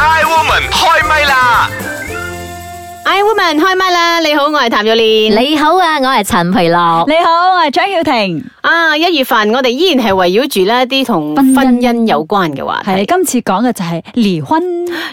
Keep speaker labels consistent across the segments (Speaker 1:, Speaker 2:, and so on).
Speaker 1: I Woman 開唛啦！
Speaker 2: I Woman 開唛啦！你好，我係譚玉蓮。
Speaker 3: 你好啊，我係陳培樂。
Speaker 4: 你好，我係張曉婷。
Speaker 2: 啊，一月份我哋依然係圍繞住呢一啲同
Speaker 4: 婚姻
Speaker 2: 婚姻有關嘅話
Speaker 4: 係
Speaker 2: 題。
Speaker 4: 今次講嘅就係離婚，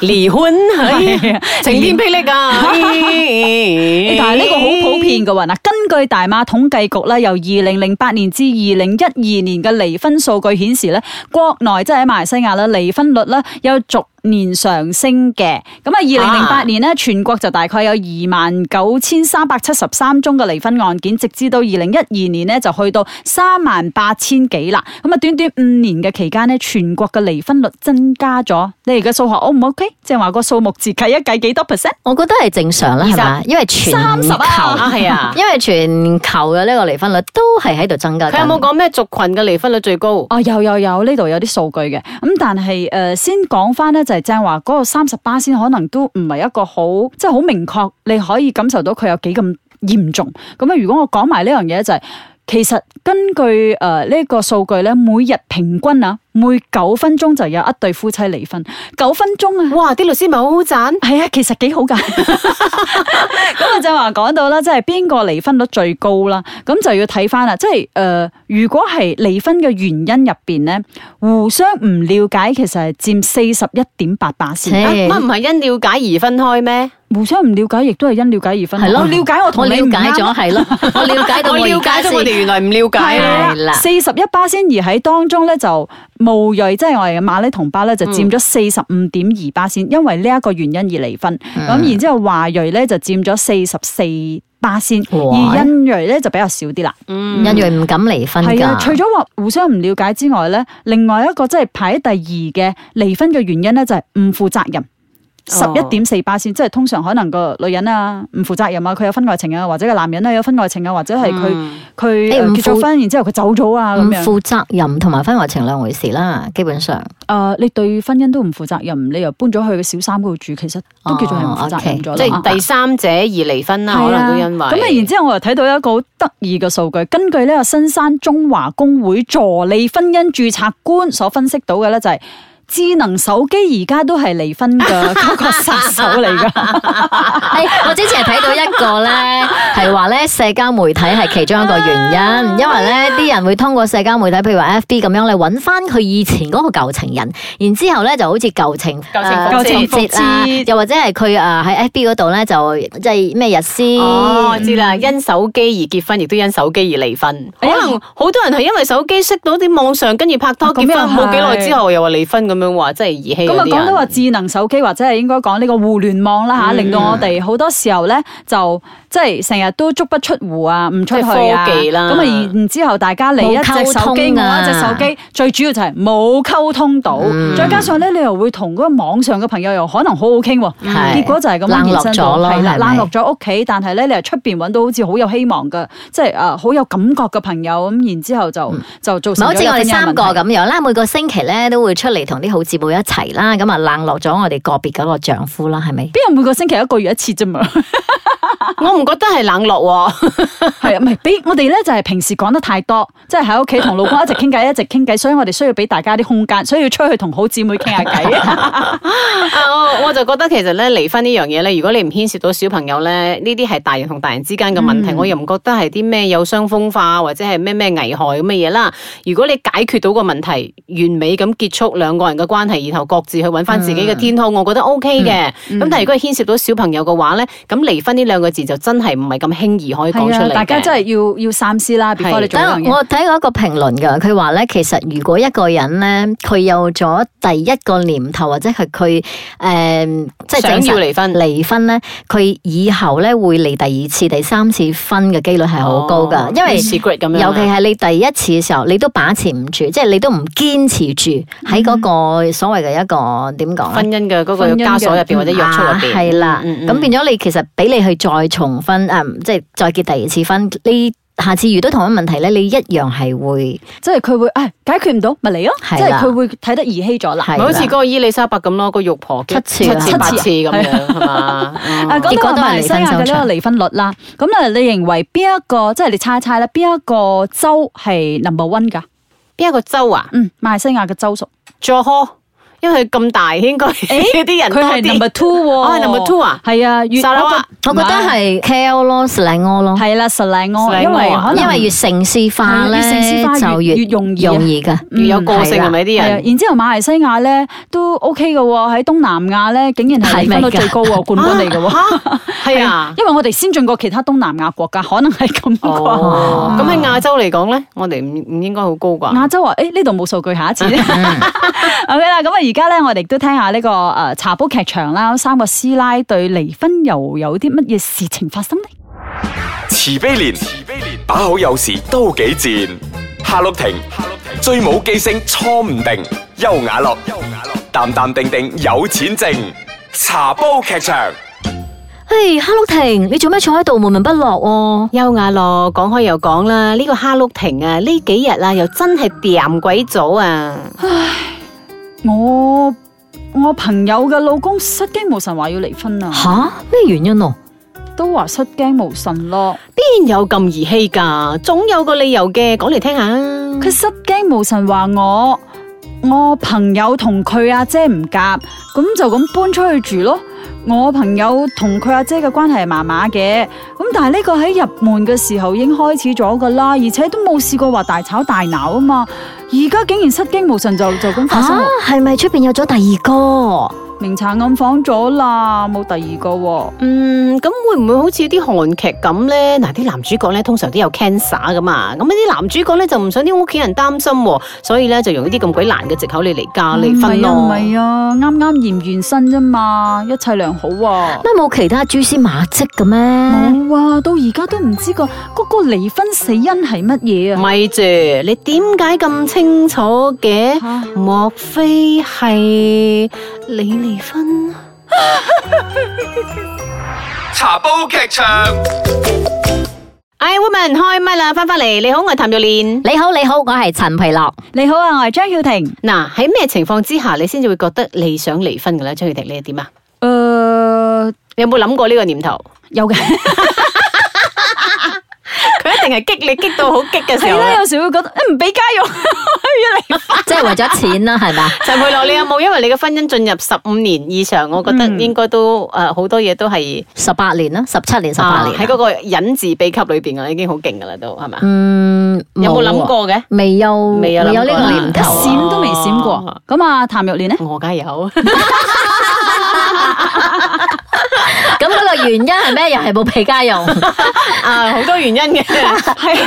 Speaker 2: 離婚係
Speaker 4: 係
Speaker 2: 晴天霹 靂啊！
Speaker 4: 但係
Speaker 2: 但
Speaker 4: 呢個好普遍嘅喎。嗱，根據大馬統計局咧，由二零零八年至二零一二年嘅離婚數據顯示咧，國內即係喺馬來西亞啦，離婚率咧有逐年上升嘅。咁啊，二零零八年咧，全國就大概有二萬九千三百七十三宗嘅離婚案件，直至到二零一二年咧就去到三萬八千幾啦。咁啊，短短五年嘅期間咧，全國嘅離婚率增加咗。你而家數學 O 唔 OK？即係話個數目字計一計幾多 percent？
Speaker 3: 我覺得係正常啦，
Speaker 2: 二十
Speaker 3: 係嘛？因為全
Speaker 4: 30
Speaker 3: 球，
Speaker 2: 啊
Speaker 4: 啊
Speaker 2: 係啊，
Speaker 3: 因為全球嘅呢個離婚率都係喺度增加緊。
Speaker 2: 佢有冇講咩族群嘅離婚率最高？
Speaker 4: 哦，有有有，呢度有啲數據嘅，咁但係誒、呃先講翻咧，就係正話嗰個三十巴仙可能都唔係一個好，即係好明確，你可以感受到佢有幾咁嚴重。咁啊，如果我講埋呢樣嘢就係、其實根據呃誒呢、個數據咧，每日平均啊，每九分鐘就有一對夫妻離婚，九分鐘啊！
Speaker 2: 哇！啲律師咪好好賺，
Speaker 4: 係啊，其實幾 好㗎。咁啊，就話講到啦，即係邊個離婚率最高啦？咁就要睇翻啦，即係誒、呃如果係離婚嘅原因入邊咧，互相唔了解其實係佔四十一點八八
Speaker 3: 切
Speaker 4: 先。
Speaker 2: 啊乜唔係因了解而分開咩？
Speaker 4: 互相唔了解，亦都係因了解而分。
Speaker 3: 係咯
Speaker 4: 我了解我
Speaker 3: 我
Speaker 4: 同
Speaker 3: 了
Speaker 4: 你唔
Speaker 3: 解
Speaker 4: 啱
Speaker 3: 咗係咯，我了 解到
Speaker 2: 我
Speaker 3: 我
Speaker 2: 了
Speaker 3: 而家
Speaker 2: 解啊到我哋
Speaker 3: 先。
Speaker 2: 原來唔了解啊啦。
Speaker 3: 係
Speaker 4: 係
Speaker 3: 啦
Speaker 4: 啦，四十一巴仙而喺當中咧就巫裔，即係我哋嘅馬拉同胞咧
Speaker 3: 嗯
Speaker 4: 就佔咗四十五點二巴仙，因為呢一個原因而離婚。咁、
Speaker 3: 嗯
Speaker 4: 然之後華裔咧就佔咗四十四巴仙，
Speaker 3: 哇
Speaker 4: 而印裔咧就比較少啲啦。
Speaker 2: 嗯
Speaker 3: 人哋嗯唔敢離婚
Speaker 4: 係啊，除
Speaker 3: 㗎。
Speaker 4: 咗話互相唔了解之外咧，另外一個即係排喺第二嘅離婚嘅原因咧就係唔負責任。十
Speaker 2: 哦
Speaker 4: 一點四巴仙，即係通常可能個女人啊唔負責任啊，佢有婚外情啊，或者個男人啊有婚外情啊，或者係佢佢
Speaker 3: 你
Speaker 4: 呃
Speaker 3: 嗯唔
Speaker 4: 結
Speaker 3: 負
Speaker 4: 咗婚，然之後佢走咗啊咁
Speaker 3: 唔
Speaker 4: 樣。
Speaker 3: 負責任同埋婚外情兩回事啦，基本上
Speaker 4: 誒、啊你對婚姻都唔負責任，你又搬咗去小三嗰度住，其實都叫做係唔負責任咗
Speaker 3: 哦
Speaker 4: 啦。
Speaker 2: 即係第
Speaker 4: 啊
Speaker 2: 三者而離婚啦，
Speaker 4: 係
Speaker 2: 可
Speaker 4: 啊
Speaker 2: 能都因為
Speaker 4: 咁啊，然之後我又睇到一個好得意嘅數據，根據呢個新山中華工會助理婚姻註冊官所分析到嘅咧，就係智能手機而家都係離婚嘅嗰個殺手嚟
Speaker 3: 係
Speaker 4: 㗎。
Speaker 3: 哎我之前係睇到一個咧，係話咧社交媒體係其中一個原
Speaker 4: 啊
Speaker 3: 因，因為咧啲人會通過社交媒體，譬如話 FB 咁樣嚟揾翻佢以前嗰個舊情人，然之後咧就好似舊情
Speaker 2: 舊情
Speaker 3: 呃
Speaker 2: 復
Speaker 4: 舊情
Speaker 3: 節啊
Speaker 4: 復節
Speaker 3: 又或者係佢誒喺 FB 嗰度咧就即係咩日先。
Speaker 2: 哦，
Speaker 4: 嗯
Speaker 2: 我知啦，因手機而結婚，亦都因手機而離婚。可
Speaker 4: 哎呀
Speaker 2: 能好多人係因為手機識到啲網上，跟住拍拖
Speaker 4: 啊咁
Speaker 2: 結婚，
Speaker 4: 又係
Speaker 2: 冇幾耐之後又話離婚咁樣話，真係兒戲
Speaker 4: 咁啊，
Speaker 2: 嗰
Speaker 4: 講到
Speaker 2: 啲
Speaker 4: 話
Speaker 2: 人。
Speaker 4: 智能手機或者係應該講呢個互聯網啦嚇，
Speaker 3: 嗯
Speaker 4: 令到我哋好多時候咧就即係成日都足不出戶啊，唔出去啊。
Speaker 2: 即係科技啦
Speaker 4: 咁啊，然之後大家你一隻手機，
Speaker 3: 冇溝通
Speaker 4: 我
Speaker 3: 啊
Speaker 4: 一隻手機，最主要就係冇溝通到，
Speaker 3: 嗯
Speaker 4: 再加上咧你又會同嗰個網上嘅朋友又可能好好傾喎，
Speaker 3: 係
Speaker 4: 結果就係咁
Speaker 3: 冷
Speaker 4: 樣
Speaker 3: 落
Speaker 4: 延伸到
Speaker 3: 咗咯
Speaker 4: 係啦，
Speaker 3: 係咪
Speaker 4: 冷落咗屋企，但係咧你又出邊揾到好似好有希望嘅，即係啊好有感覺嘅朋友咁，然之後就就做
Speaker 3: 嗯唔係好似
Speaker 4: 成咗
Speaker 3: 我
Speaker 4: 一
Speaker 3: 哋
Speaker 4: 個婚姻
Speaker 3: 三個
Speaker 4: 問題
Speaker 3: 咁樣啦，每個星期咧都會出嚟同啲好姊妹一齊啦，咁啊冷落咗我哋個別嗰個丈夫啦，係咪？
Speaker 4: 邊有每個星期一個月一次啫嘛？
Speaker 2: 我唔覺得係冷落喎，
Speaker 4: 系啊，唔係俾我哋咧就係平時講得太多，即係喺屋企同老公一直傾偈，一直傾偈，所以我哋需要俾大家啲空間，所以要出去同好姊妹傾下偈。
Speaker 2: 啊我我就覺得其實咧離婚呢樣嘢咧，如果你唔牽涉到小朋友咧，呢啲係大人同大人之間嘅問
Speaker 3: 嗯
Speaker 2: 題，我又唔覺得係啲咩有傷風化或者係咩咩危害咁嘅嘢啦。如果你解決到個問題，完美咁結束兩個人嘅關係，然後各自去揾翻自己嘅天空，我覺得 O K 嘅。
Speaker 3: 嗯
Speaker 2: 咁但係如果係牽涉到小朋友嘅話咧，咁離婚呢兩個字就真係唔係咁輕易 可以講出
Speaker 3: 啊
Speaker 2: 嚟嘅
Speaker 4: 大家真係要要三思啦，before
Speaker 2: 係
Speaker 4: 你做呢樣
Speaker 3: 但
Speaker 4: 嘢。
Speaker 3: 我睇過一個評論㗎，佢話咧，其實如果一個人咧，佢有咗第一個念頭，或者係佢誒，即係
Speaker 2: 想要離婚
Speaker 3: 離婚咧，佢以後咧會離第二次、第三次婚嘅機率係好高㗎，
Speaker 2: 哦
Speaker 3: 因為
Speaker 2: secret 咁樣
Speaker 3: 尤其係你第一次嘅時候，你都把持唔住，即係你都唔堅持住喺嗰
Speaker 2: 嗯
Speaker 3: 個所謂嘅一個點講咧
Speaker 2: 婚姻嘅嗰個
Speaker 4: 婚姻嘅
Speaker 2: 枷鎖入邊或者約束入邊，
Speaker 3: 啊係啦，
Speaker 2: 嗯嗯嗯
Speaker 3: 咁變咗你其實俾你去再重婚，啊即係再結第二次婚，你下次遇到同一問題咧，你一樣係會
Speaker 4: 即係佢會唉解決唔到，咪嚟咯。即
Speaker 3: 係
Speaker 4: 係
Speaker 3: 啦
Speaker 4: 佢會睇得兒戲咗啦。
Speaker 3: 係
Speaker 2: 咪好似嗰
Speaker 3: 啦
Speaker 2: 個伊麗莎白咁咯，個肉婆
Speaker 3: 七次啊
Speaker 2: 七次八次咁
Speaker 4: 係
Speaker 2: 樣係 嘛？嗯
Speaker 4: 啊，講
Speaker 3: 結
Speaker 4: 到
Speaker 3: 果都係
Speaker 4: 馬來西亞嘅呢個離婚率啦，咁啊，你認為邊一個即係你猜一猜啦？邊一個州係 number one 㗎？
Speaker 2: 邊一個州啊？
Speaker 4: 嗯，馬來西亞嘅州屬。
Speaker 2: 佐科，因因為佢咁大，應該啲人多
Speaker 4: 佢係 number
Speaker 2: 啲。
Speaker 4: two 喎，
Speaker 2: 哦係 number two 啊
Speaker 4: 係啊，越
Speaker 2: 沙拉哇
Speaker 3: 我覺得係 KL 咯，石嶺柯咯，
Speaker 4: 係啦，實靚我，
Speaker 2: 實
Speaker 4: 因
Speaker 2: 靚
Speaker 4: 為
Speaker 2: 我啊
Speaker 4: 可能
Speaker 3: 因為越城市化
Speaker 4: 係啊
Speaker 3: 咧
Speaker 4: 越城市化越
Speaker 3: 就
Speaker 4: 越容易啊
Speaker 3: 容易噶。
Speaker 2: 越有個性
Speaker 3: 嗯係啦
Speaker 2: 係咪啲
Speaker 4: 係啊
Speaker 2: 人？
Speaker 4: 然之後馬來西亞咧都 OK 嘅喎，喺東南亞咧竟然係
Speaker 3: 係
Speaker 4: 離
Speaker 3: 咪
Speaker 4: 婚率
Speaker 3: 㗎
Speaker 4: 最高喎，冠軍嚟嘅喎。
Speaker 2: 喎，係啊。
Speaker 4: 因為我哋先進過其他東南亞國家，可能係咁啩。
Speaker 2: 哦，咁喺亞洲嚟講咧，我哋唔唔應該好高啩？
Speaker 4: 亞洲話：誒呢度冇數據，下一次。OK 啦，咁啊而家咧，我哋亦都聽下呢個誒茶煲劇場啦，三個師奶對離婚又有啲乜嘢事情發生呢？
Speaker 1: 慈悲蓮，慈悲蓮，把口有時都幾賤。夏綠庭，夏綠庭，最冇記性錯唔定。優雅樂，優雅樂，淡淡定定有錢剩。茶煲劇場，
Speaker 3: 嘿，Hello 婷，你做咩坐喺度悶悶不樂喎？
Speaker 2: 優雅樂講開又講啦，呢個哈碌亭啊，呢幾日啊又真係掂鬼咗啊！
Speaker 4: 我我朋友嘅老公失驚無神，話要離婚啊，
Speaker 3: 吓咩原因哦？
Speaker 4: 都話失驚無神咯。
Speaker 2: 邊有咁兒戲㗎？總有個理由嘅，講嚟聽下。
Speaker 4: 佢失驚無神話我，我朋友同佢阿姐唔夾，咁就咁搬出去住咯。我朋友同佢阿姐嘅關係係麻麻嘅，咁但係呢個喺入門嘅時候已經開始咗噶啦，而且都冇試過話大吵大鬧啊嘛。而家竟然失驚無神就就咁發生
Speaker 2: 啊
Speaker 3: 吓
Speaker 4: 喎，
Speaker 3: 係咪出邊有咗第二個？
Speaker 4: 明查暗訪咗啦，冇第二個喎。
Speaker 2: 嗯，咁會唔會好似啲韓劇咁呢？嗱，啲男主角呢通常都有 cancer 噶嘛，咁啊啲男主角呢就唔想啲屋企人擔心喎，所以呢就用呢啲咁鬼難嘅藉口嚟離家啊離婚咯。
Speaker 4: 唔係啊，唔係啊啱啱驗完身啫嘛，一切良好啊。
Speaker 3: 乜冇其他蛛絲馬跡嘅咩？
Speaker 4: 冇啊，到而家都唔知個嗰個離婚死因係乜嘢啊。
Speaker 2: 咪住，你點解咁清楚嘅？
Speaker 4: 嚇
Speaker 2: 莫非係你離婚？
Speaker 1: 茶煲劇場。
Speaker 2: 哎，woman 開唛啦，翻返嚟，你好，我係譚玉蓮。
Speaker 3: 你好，你好，我係陳皮 樂。
Speaker 4: 你好啊，我係張曉婷。
Speaker 2: 嗱，喺咩情況之下你先至會覺得你想離婚嘅咧？張雨婷，你係點啊？
Speaker 4: 誒、
Speaker 2: 你有冇諗過呢個念頭？
Speaker 4: 呃有嘅，
Speaker 2: 佢一定係激你激到好激嘅時
Speaker 4: 係
Speaker 2: 候啊
Speaker 4: 啦，
Speaker 2: 咧。
Speaker 4: 有啊時會覺得誒唔俾家 用，要嚟
Speaker 3: 即係為咗錢啦，係啊嘛？
Speaker 2: 陳佩樂， 你有冇因為你嘅婚姻進入十五年以上，我覺得應該都誒好、多嘢都係
Speaker 3: 十八年啦，十七年，十八
Speaker 2: 啊喺嗰、
Speaker 3: 年啦。
Speaker 2: 個忍字秘笈裏邊啦，已經好勁噶啦，都係咪？
Speaker 3: 嗯，
Speaker 2: 有冇諗
Speaker 3: 啊？
Speaker 2: 過 嘅？
Speaker 3: 未有，
Speaker 2: 未有諗
Speaker 3: 未有呢
Speaker 2: 過
Speaker 3: 個念
Speaker 4: 一
Speaker 3: 頭 啊。
Speaker 4: 閃都未閃過。咁啊，譚玉蓮 呢？
Speaker 2: 我梗係有，
Speaker 3: 咁嗰個原因係咩？又係冇俾家用。咁
Speaker 2: 啊好多原因 嘅。
Speaker 4: 喺喺呢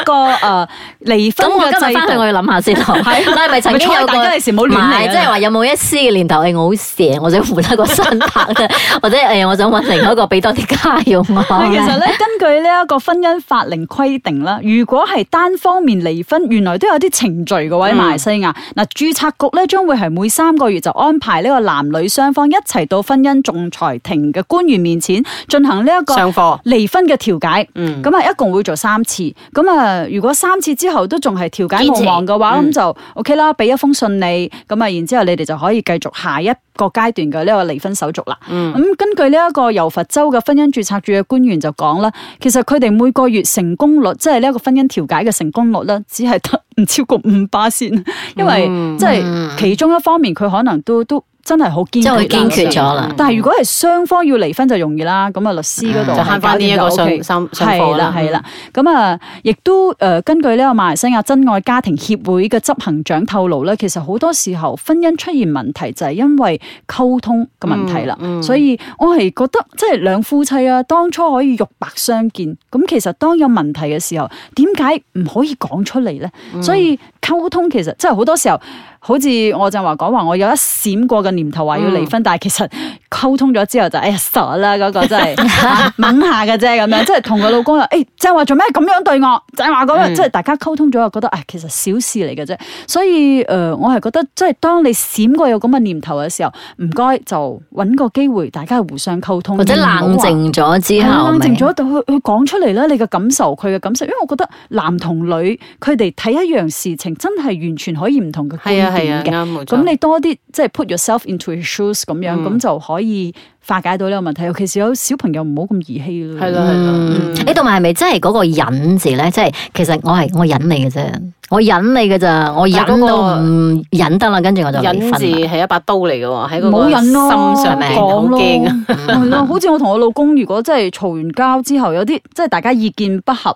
Speaker 4: 一個誒離婚
Speaker 3: 我
Speaker 4: 嘅
Speaker 3: 今日翻去
Speaker 4: 制度
Speaker 3: 我。要諗下先咯。
Speaker 4: 係
Speaker 3: 我 係咪曾經
Speaker 4: 咪錯
Speaker 3: 有個？
Speaker 4: 大家有時唔好亂嚟
Speaker 3: 唔
Speaker 4: 啊
Speaker 3: 係即係話有冇一絲嘅念頭？誒，我好邪，我想換一個新拍 咧，或者哎誒，我想揾另外一個俾多啲家用啊我
Speaker 4: 喂，其實咧，根據呢一個婚姻法令規定啦，如果係單方面離婚，原來都有啲程序嘅喎。喺馬來西亞，嗱、註冊局咧將會係每三個月就安排呢個男女雙方一齊到婚姻仲裁庭嘅官員面前進行呢一個
Speaker 2: 上課
Speaker 4: 離婚嘅調解。
Speaker 2: 嗯
Speaker 4: 咁啊，一共會做三次。咁啊，如果三次之後都仲係調解無望嘅話，咁就 OK 啦，俾一封信你。咁啊，然之後你哋就可以繼續下一個階段嘅呢個離婚手續啦。咁、根據呢一個由佛州嘅婚姻註冊處嘅官員就講啦，其實佢哋每個月成功率，即係呢一個婚姻調解嘅成功率咧，只係得 唔超過五巴先，因為即係其中一方面佢可能都都真係好堅決，
Speaker 3: 即係佢堅決咗啦。
Speaker 4: 但係如果係雙方要離婚就容易啦，咁啊律師嗰度
Speaker 2: 嗯就慳返呢一個上上上課啦嗯
Speaker 4: 係啦係啦。咁啊，亦都誒根據呢個馬來西亞真愛家庭協會嘅執行長透露咧，其實好多時候婚姻出現問題就係因為溝通嘅問
Speaker 2: 嗯
Speaker 4: 題啦。所以我係覺得即係兩夫妻啊，當初可以肉白相見，咁其實當有問題嘅時候，點解唔可以講出嚟咧？
Speaker 2: 嗯
Speaker 4: 所以溝通其實即係好多時候。好似我就話講話，我有一閃過嘅念頭話要離
Speaker 3: 嗯
Speaker 4: 婚，但係其實溝通咗之後就哎呀傻啦，嗰、個真係 掹下嘅啫咁樣，即係同個老公又誒就係話做咩咁樣對我，就係話
Speaker 3: 嗯
Speaker 4: 咁樣，即係大家溝通咗又覺得啊、其實小事嚟嘅啫，所以誒、呃我係覺得即係當你閃過有咁嘅念頭嘅時候，唔該就揾個機會大家互相溝通，
Speaker 3: 或者冷。靜咗之
Speaker 4: 係
Speaker 3: 後，
Speaker 4: 嗯冷靜咗，佢佢講出嚟啦，你嘅感受，佢嘅感受，因為我覺得男同女佢哋睇一樣事情，真係完全可以唔同嘅觀
Speaker 2: 係啊係
Speaker 4: 點
Speaker 2: 啊，
Speaker 4: 嘅。
Speaker 2: 啱冇錯。嗯
Speaker 4: 咁你多啲即係 put yourself into your shoes 咁樣，咁、就可以化解到呢個問題。尤其是有小朋友唔好咁兒戲咯。
Speaker 2: 係啦係啦，
Speaker 3: 嗯，
Speaker 2: 嗯
Speaker 3: 誒，同埋係咪真係嗰個忍字咧？即係其實我係我忍你嘅啫，我忍你嘅咋，我忍
Speaker 2: 但係嗰個
Speaker 3: 到唔忍得啦，跟住我就離
Speaker 2: 忍
Speaker 3: 婚
Speaker 2: 字
Speaker 3: 啦。
Speaker 2: 係一把刀嚟嘅喎，喺嗰
Speaker 4: 冇
Speaker 2: 個
Speaker 4: 忍
Speaker 2: 心
Speaker 4: 咯，
Speaker 2: 上面好
Speaker 4: 講咯，
Speaker 2: 驚啊！
Speaker 4: 係咯，好似我同我老公，如果真係嘈完交之後，有啲即係大家意見不合，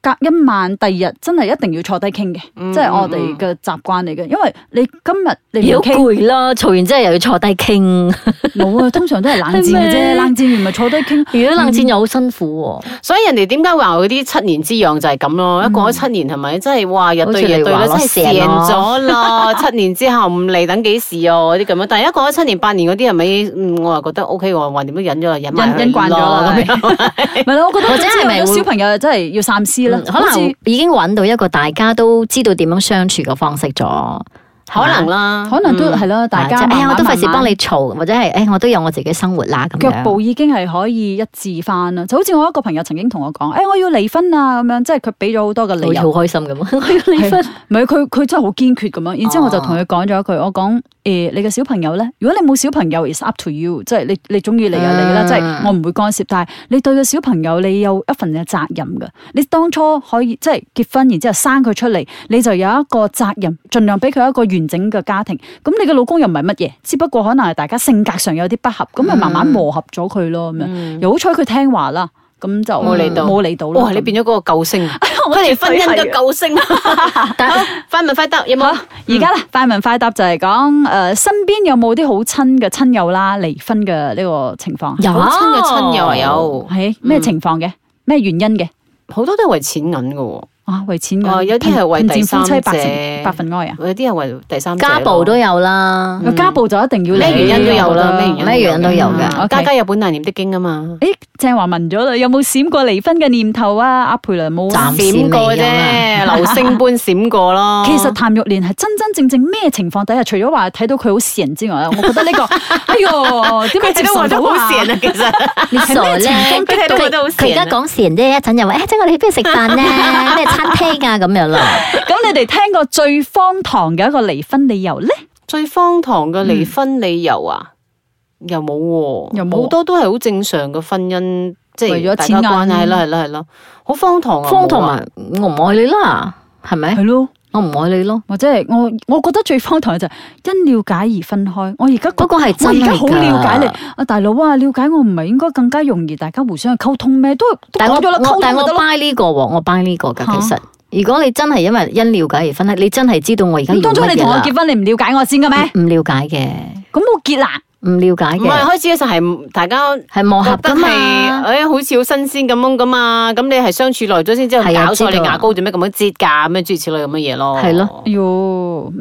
Speaker 4: 隔一晚第二日真係一定要坐低傾嘅，
Speaker 2: 嗯
Speaker 4: 即係我哋嘅習慣嚟嘅。因為你今日你
Speaker 3: 你
Speaker 4: 唔
Speaker 3: 好
Speaker 4: 傾，
Speaker 3: 攰啦，嘈完之後又要坐低傾，
Speaker 4: 冇 啊，通常都係冷戰嘅
Speaker 3: 係
Speaker 4: 啫，
Speaker 3: 咩
Speaker 4: 冷戰完咪坐低傾。
Speaker 3: 如果冷戰又好辛苦
Speaker 2: 所以人哋點解話嗰啲七年之癢就係咁咯？一過咗七年係咪真係哇日對夜對啦，真
Speaker 3: 好
Speaker 2: 係
Speaker 3: 似你
Speaker 2: 贏
Speaker 3: 話
Speaker 2: 咗
Speaker 3: 咯
Speaker 2: 啦！七年之後唔嚟等幾時哦嗰啲咁樣，但係一過咗七年八年嗰啲係咪？嗯我又覺得 O K 喎，話點都忍咗啦，忍埋
Speaker 4: 忍忍慣咗啦
Speaker 2: 佢咯咁樣
Speaker 4: 唔係咯，我覺得
Speaker 3: 或者係咪
Speaker 4: 有啲
Speaker 3: 會
Speaker 4: 小朋友真係要三思
Speaker 3: 喎，
Speaker 4: 啦
Speaker 3: 嗯，
Speaker 4: 好
Speaker 3: 可
Speaker 4: 似
Speaker 3: 能已經揾到一個大家都知道點樣相處嘅方式咗。
Speaker 2: 可能啦，
Speaker 4: 可能都
Speaker 2: 嗯
Speaker 4: 係啦，大家
Speaker 3: 即係哎
Speaker 4: 慢
Speaker 3: 呀，
Speaker 4: 慢
Speaker 3: 我都費事
Speaker 4: 慢慢
Speaker 3: 幫你嘈，或者係哎，我都有我自己生活啦咁
Speaker 4: 腳
Speaker 3: 樣。
Speaker 4: 步已經係可以一致翻啦，就好似我一個朋友曾經同我講，誒、哎我要離婚啊咁樣，即係佢俾咗好多嘅
Speaker 3: 好
Speaker 4: 理
Speaker 3: 似
Speaker 4: 由，
Speaker 3: 好開心咁，啊我要 離婚。
Speaker 4: 唔係佢佢真係好堅決咁樣。然之後我就同佢講咗一句，我講誒、你嘅小朋友咧，如果你冇小朋友，is up to you，即係你你中意你啊你啦，
Speaker 3: 嗯
Speaker 4: 即係我唔會干涉。但係你對個小朋友，你有一份嘅責任㗎。你當初可以即係結婚，然之後生佢出嚟，你就有一個責任，盡量俾佢一個完整嘅家庭。咁你嘅老公又唔係乜嘢，只不過可能係大家性格上有啲不合，咁咪
Speaker 2: 嗯
Speaker 4: 慢慢磨合咗佢咯咁樣。又好彩佢聽話啦，咁就
Speaker 2: 冇理到
Speaker 4: 冇理到啦。
Speaker 2: 嗯哇！你變咗嗰個救星， 佢
Speaker 4: 啊
Speaker 2: 哋婚姻嘅救星。
Speaker 3: 但
Speaker 2: 好快問快答有冇？
Speaker 4: 而家咧快問快答就係講誒身邊有冇啲好親嘅親友啦離婚嘅呢個情況？啊
Speaker 3: 有
Speaker 2: 好親嘅親友啊有，
Speaker 4: 係咩情況嘅？咩原因嘅？
Speaker 2: 好多都係為錢銀嘅喎，
Speaker 4: 啊，為錢
Speaker 2: 哦
Speaker 4: 嘅，
Speaker 2: 有啲係為
Speaker 4: 貧
Speaker 2: 第
Speaker 4: 賤夫
Speaker 2: 三
Speaker 4: 妻百
Speaker 2: 者
Speaker 4: 成百分哀啊！
Speaker 2: 有啲係為第三者
Speaker 3: 家暴
Speaker 2: 咯
Speaker 3: 都有啦，
Speaker 2: 嗯
Speaker 4: 家暴就一定要
Speaker 2: 咩原因都有啦，
Speaker 4: 因？
Speaker 3: 咩原因都有
Speaker 4: 嘅
Speaker 2: 嗯
Speaker 4: OK
Speaker 2: 家家有本難念的經啊嘛。
Speaker 4: 誒，正話問咗啦，有冇閃過離婚嘅念頭啊？阿培良冇啊
Speaker 3: 暫。時
Speaker 2: 閃過
Speaker 3: 未有
Speaker 2: 啫，
Speaker 3: 啦
Speaker 2: 流星般閃過咯。
Speaker 4: 其實譚玉蓮係真真正正咩情況底下，除咗話睇到佢好善之外，我覺得呢 個，哎唷，點解接
Speaker 2: 睇到
Speaker 4: 受
Speaker 2: 我
Speaker 4: 到
Speaker 2: 都好
Speaker 4: 啊？
Speaker 2: 善啊，其實
Speaker 3: 你傻
Speaker 4: 係咩
Speaker 3: 咧？
Speaker 4: 情況
Speaker 2: 佢睇到我都好
Speaker 3: 佢而家
Speaker 2: 善啊。
Speaker 3: 講善啫，一陣又話誒，哎即係我哋去 邊度食飯咧？咩餐廳啊咁樣啦。
Speaker 4: 咁你哋聽過最荒唐嘅一個離婚理由咧？
Speaker 2: 最荒唐嘅離婚理由啊，又冇喎，
Speaker 4: 又冇
Speaker 2: 好多都係好正常嘅婚姻，即
Speaker 4: 為
Speaker 2: 係
Speaker 4: 咗
Speaker 2: 大家
Speaker 4: 錢銀
Speaker 2: 關係啦，係啦，係啦，好荒唐啊！
Speaker 3: 方同
Speaker 2: 冇啊
Speaker 3: 埋我唔愛你啦，係咪？
Speaker 4: 係咯。
Speaker 3: 我唔愛你咯。
Speaker 4: 或者係我，我覺得最荒唐嘅就係因了解而分開。我而家覺
Speaker 3: 嗰個係
Speaker 4: 我
Speaker 3: 真
Speaker 4: 而
Speaker 3: 係
Speaker 4: 家好了解
Speaker 3: 㗎
Speaker 4: 你，啊大佬啊，了解我唔係應該更加容易大家互相去溝通咩？都都
Speaker 3: 但我
Speaker 4: 講咗啦，溝
Speaker 3: 我
Speaker 4: 通
Speaker 3: 但
Speaker 4: 咪
Speaker 3: 我
Speaker 4: 得咯。
Speaker 3: buy 呢個喎，我 buy 呢個㗎。其
Speaker 4: 嚇
Speaker 3: 實如果你真係因為因了解而分開，你真係知道我而家要
Speaker 4: 咁當初
Speaker 3: 乜
Speaker 4: 你
Speaker 3: 嘢
Speaker 4: 同我
Speaker 3: 啦。嗯
Speaker 4: 結婚，你唔了解我先嘅咩？
Speaker 3: 唔了解嘅，
Speaker 4: 咁我結啦，
Speaker 3: 唔了解
Speaker 2: 啊唔係
Speaker 3: 嘅，
Speaker 2: 開始嘅時候係大家
Speaker 3: 係磨合
Speaker 2: 覺得
Speaker 3: 㗎
Speaker 2: 係
Speaker 3: 嘛。
Speaker 2: 誒好似好新鮮咁樣噶嘛，咁你係相處耐咗先之後
Speaker 3: 係啊
Speaker 2: 搞錯
Speaker 3: 知
Speaker 2: 你
Speaker 3: 道
Speaker 2: 牙膏做咩咁樣擠㗎咁樣諸如此類咁嘅嘢咯。
Speaker 3: 係咯
Speaker 4: 哎喲，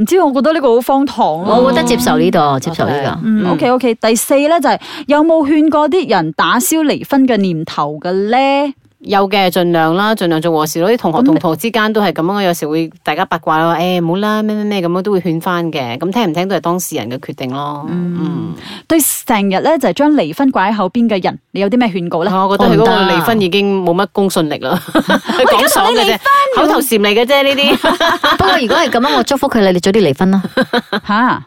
Speaker 4: 唔知我覺得呢哦個好荒唐咯。
Speaker 3: 我覺得接受呢度，接受呢個。
Speaker 4: 嗯，OK OK。第四咧就係有冇勸過啲人打消離婚嘅念頭嘅咧？
Speaker 2: 有嘅，盡量啦，盡量做和事佬。啲同學
Speaker 4: 咁
Speaker 2: 同學之間都係咁樣，有時會大家八卦咯，誒唔好啦，咩咩咩咁樣都會勸翻嘅。咁聽唔聽都係當事人嘅決定咯。嗯，
Speaker 4: 對成日咧就係將離婚掛喺口邊嘅人，你有啲咩勸告咧？
Speaker 2: 我覺得佢嗰
Speaker 3: 我
Speaker 2: 個
Speaker 3: 唔得
Speaker 2: 離婚已經冇乜公信力 啦，佢講爽嘅啫，口頭禪嚟嘅啫呢啲。
Speaker 3: 不過如果係咁樣，我祝福佢啦，你早啲離婚啦。
Speaker 2: 啊
Speaker 4: 吓，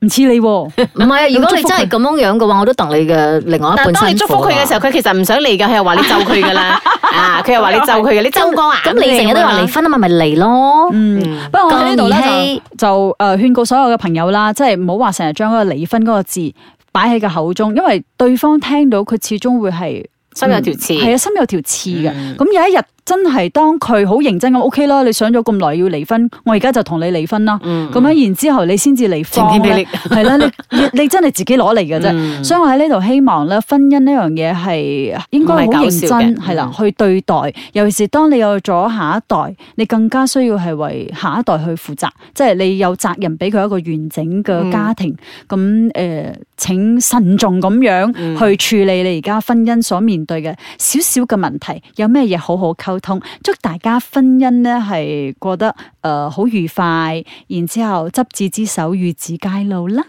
Speaker 4: 唔似 你喎。
Speaker 3: 唔係啊，如果你真係咁樣樣嘅話，我都戥你嘅另外一
Speaker 2: 但係
Speaker 3: 半
Speaker 2: 當你
Speaker 3: 辛
Speaker 2: 祝
Speaker 3: 苦啊
Speaker 2: 福佢嘅時候，佢其實唔想嚟㗎，佢又話你咒佢㗎 啦，啊，佢又話你咒佢嘅，你咒我啊。
Speaker 3: 咁你成日都話離婚啊嘛，咪離咯。
Speaker 4: 嗯，不過我喺呢度
Speaker 3: 咁兒
Speaker 4: 咧
Speaker 3: 戲
Speaker 4: 就就誒勸告所有嘅朋友啦，即係唔好話成日將嗰個離婚嗰個字擺喺個口中，因為對方聽到佢始終會係嗯
Speaker 2: 心有條刺
Speaker 4: 係啊，心有條刺嘅。
Speaker 2: 嗯
Speaker 4: 咁有一日真係當佢好認真咁，OK 啦，你想咗咁耐要離婚，我而家就同你離婚啦。
Speaker 2: 嗯
Speaker 4: 咁樣然之後你先至離
Speaker 2: 晴
Speaker 4: 婚
Speaker 2: 天霹靂
Speaker 4: 係啦，你你你真係自己攞嚟嘅啫。
Speaker 2: 嗯
Speaker 4: 所以我喺呢度希望咧，婚姻呢樣嘢係應該好
Speaker 2: 唔係搞
Speaker 4: 認
Speaker 2: 笑
Speaker 4: 真
Speaker 2: 嘅
Speaker 4: 係啦
Speaker 2: 嗯，
Speaker 4: 去對待。尤其是當你有咗下一代，你更加需要係為下一代去負責，即係你有責任俾佢一個完整
Speaker 2: 嗯
Speaker 4: 嘅家庭。咁誒、呃，請慎重咁樣
Speaker 2: 嗯
Speaker 4: 去處理你而家婚姻所面對嘅少少嘅問題，有咩嘢好好溝通。祝大家婚姻咧呃係過得誒好、愉快，然之後執子之手，與子偕老啦。